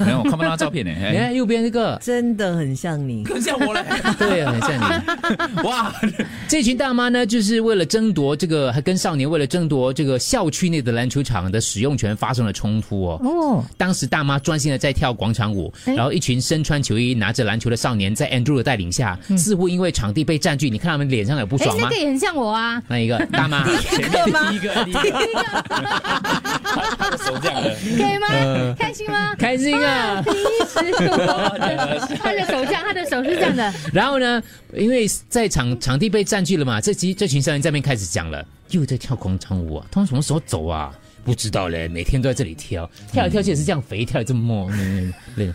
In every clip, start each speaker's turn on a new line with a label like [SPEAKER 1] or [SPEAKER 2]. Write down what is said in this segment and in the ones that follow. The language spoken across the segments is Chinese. [SPEAKER 1] 没有，我看不到他照 片呢。
[SPEAKER 2] 你
[SPEAKER 1] 哎
[SPEAKER 2] 看右边这个，
[SPEAKER 3] 真的很像你。
[SPEAKER 1] 很像 我嘞，
[SPEAKER 2] 对 啊，很像你。
[SPEAKER 1] 哇！
[SPEAKER 2] 这群大妈呢，就是为了争夺这个，还跟少年为了争夺这个校区内的篮球场的使用权发生了冲突哦。
[SPEAKER 4] 哦，
[SPEAKER 2] 当时大妈专心的在跳广场舞，
[SPEAKER 4] 哎
[SPEAKER 2] 然后一群身穿球衣、拿着篮球的少年在 Andrew 的带领下，似乎因为场地被占据，你看他们脸上有不
[SPEAKER 4] 嗯哎，
[SPEAKER 2] 爽
[SPEAKER 4] 那
[SPEAKER 2] 吗
[SPEAKER 4] 个？也很像我 啊，
[SPEAKER 2] 那一个大 妈，
[SPEAKER 1] 前面第一个，第一个，他的手这样的，
[SPEAKER 4] 可以吗？
[SPEAKER 1] 呃
[SPEAKER 4] 开心吗？
[SPEAKER 2] 开心 啊！
[SPEAKER 4] 第一十个，他的手这样，他的手是这 样的，
[SPEAKER 2] 然后呢，因为在场场地被占据了嘛，这集这群少年在那边开始讲了，又在跳广场舞啊，他们什么时候走啊？不知道嘞，每天都在这里跳，跳来跳去也是这样肥，跳来这么摸，嗯 累了。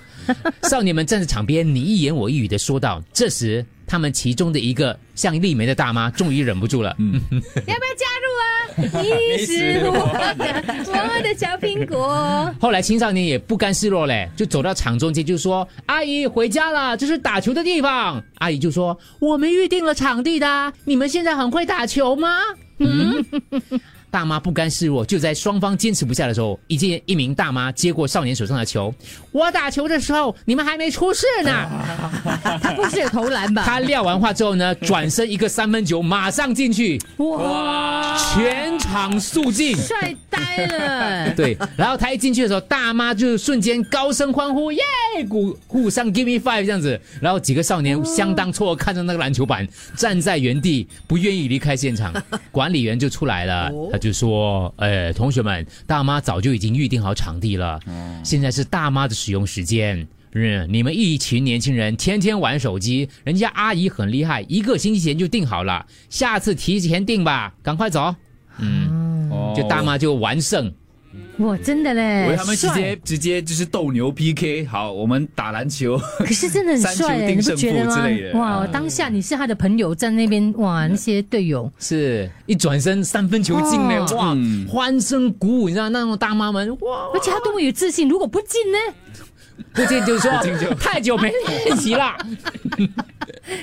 [SPEAKER 2] 少年们站在场边，你一言我一语的说道。这时，他们其中的一个像丽梅的大妈终于忍不住了，
[SPEAKER 4] 你要不要加入啊？你是我的我的小苹果。
[SPEAKER 2] 后来青少年也不甘示弱嘞，就走到场中间就说：“阿姨回家了，这是打球的地方。”阿姨就说：“我们预定了场地的啊，你们现在很会打球吗？”嗯，大妈不甘示弱，就在双方坚持不下的时候，一见一名大妈接过少年手上的球，我打球的时候你们还没出世呢。
[SPEAKER 4] 啊他不是有投篮吧？
[SPEAKER 2] 他撂完话之后呢，转身一个三分球马上进去，
[SPEAKER 4] 哇，
[SPEAKER 1] 哦
[SPEAKER 2] 全场肃静。
[SPEAKER 4] 帅呆 了！
[SPEAKER 2] 对，然后他一进去的时候，大妈就瞬间高声欢呼，耶，鼓互相 give me five 这样子，然后几个少年相当错愕看着那个篮球板，站在原地不愿意离开现场。管理员就出来了，他就说：“哎，同学们，大妈早就已经预定好场地了，现在是大妈的使用时间。”嗯，你们一群年轻人天天玩手机，人家阿姨很厉害，一个星期前就订好了，下次提前订吧，赶快走。就
[SPEAKER 1] 哦
[SPEAKER 2] 大妈就完胜，
[SPEAKER 4] 哇，真的
[SPEAKER 1] 我以为
[SPEAKER 4] 嘞
[SPEAKER 1] 他，们直接直接就是斗牛 PK，好，我们打篮 球，
[SPEAKER 4] 可是真的很帅
[SPEAKER 1] 三球
[SPEAKER 4] 耶，
[SPEAKER 1] 定
[SPEAKER 4] 你
[SPEAKER 1] 胜负
[SPEAKER 4] 不觉得
[SPEAKER 1] 之类的啊
[SPEAKER 4] 吗？哇，当下你是他的朋友，站那边哇，那些队友，
[SPEAKER 2] 是一转身三分球进了，
[SPEAKER 4] 哦
[SPEAKER 2] 哇，
[SPEAKER 1] 嗯
[SPEAKER 2] 欢声鼓舞，你知道那种大妈们哇，
[SPEAKER 4] 而且他多么有自信，如果不进呢，
[SPEAKER 2] 不进就说太久没练习了，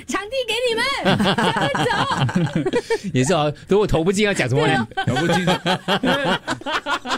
[SPEAKER 4] 场地给你们，咱们走。
[SPEAKER 2] 哦也是啊，如果投不进要讲什么
[SPEAKER 4] 对
[SPEAKER 2] 呢
[SPEAKER 4] 啊？
[SPEAKER 1] 然后就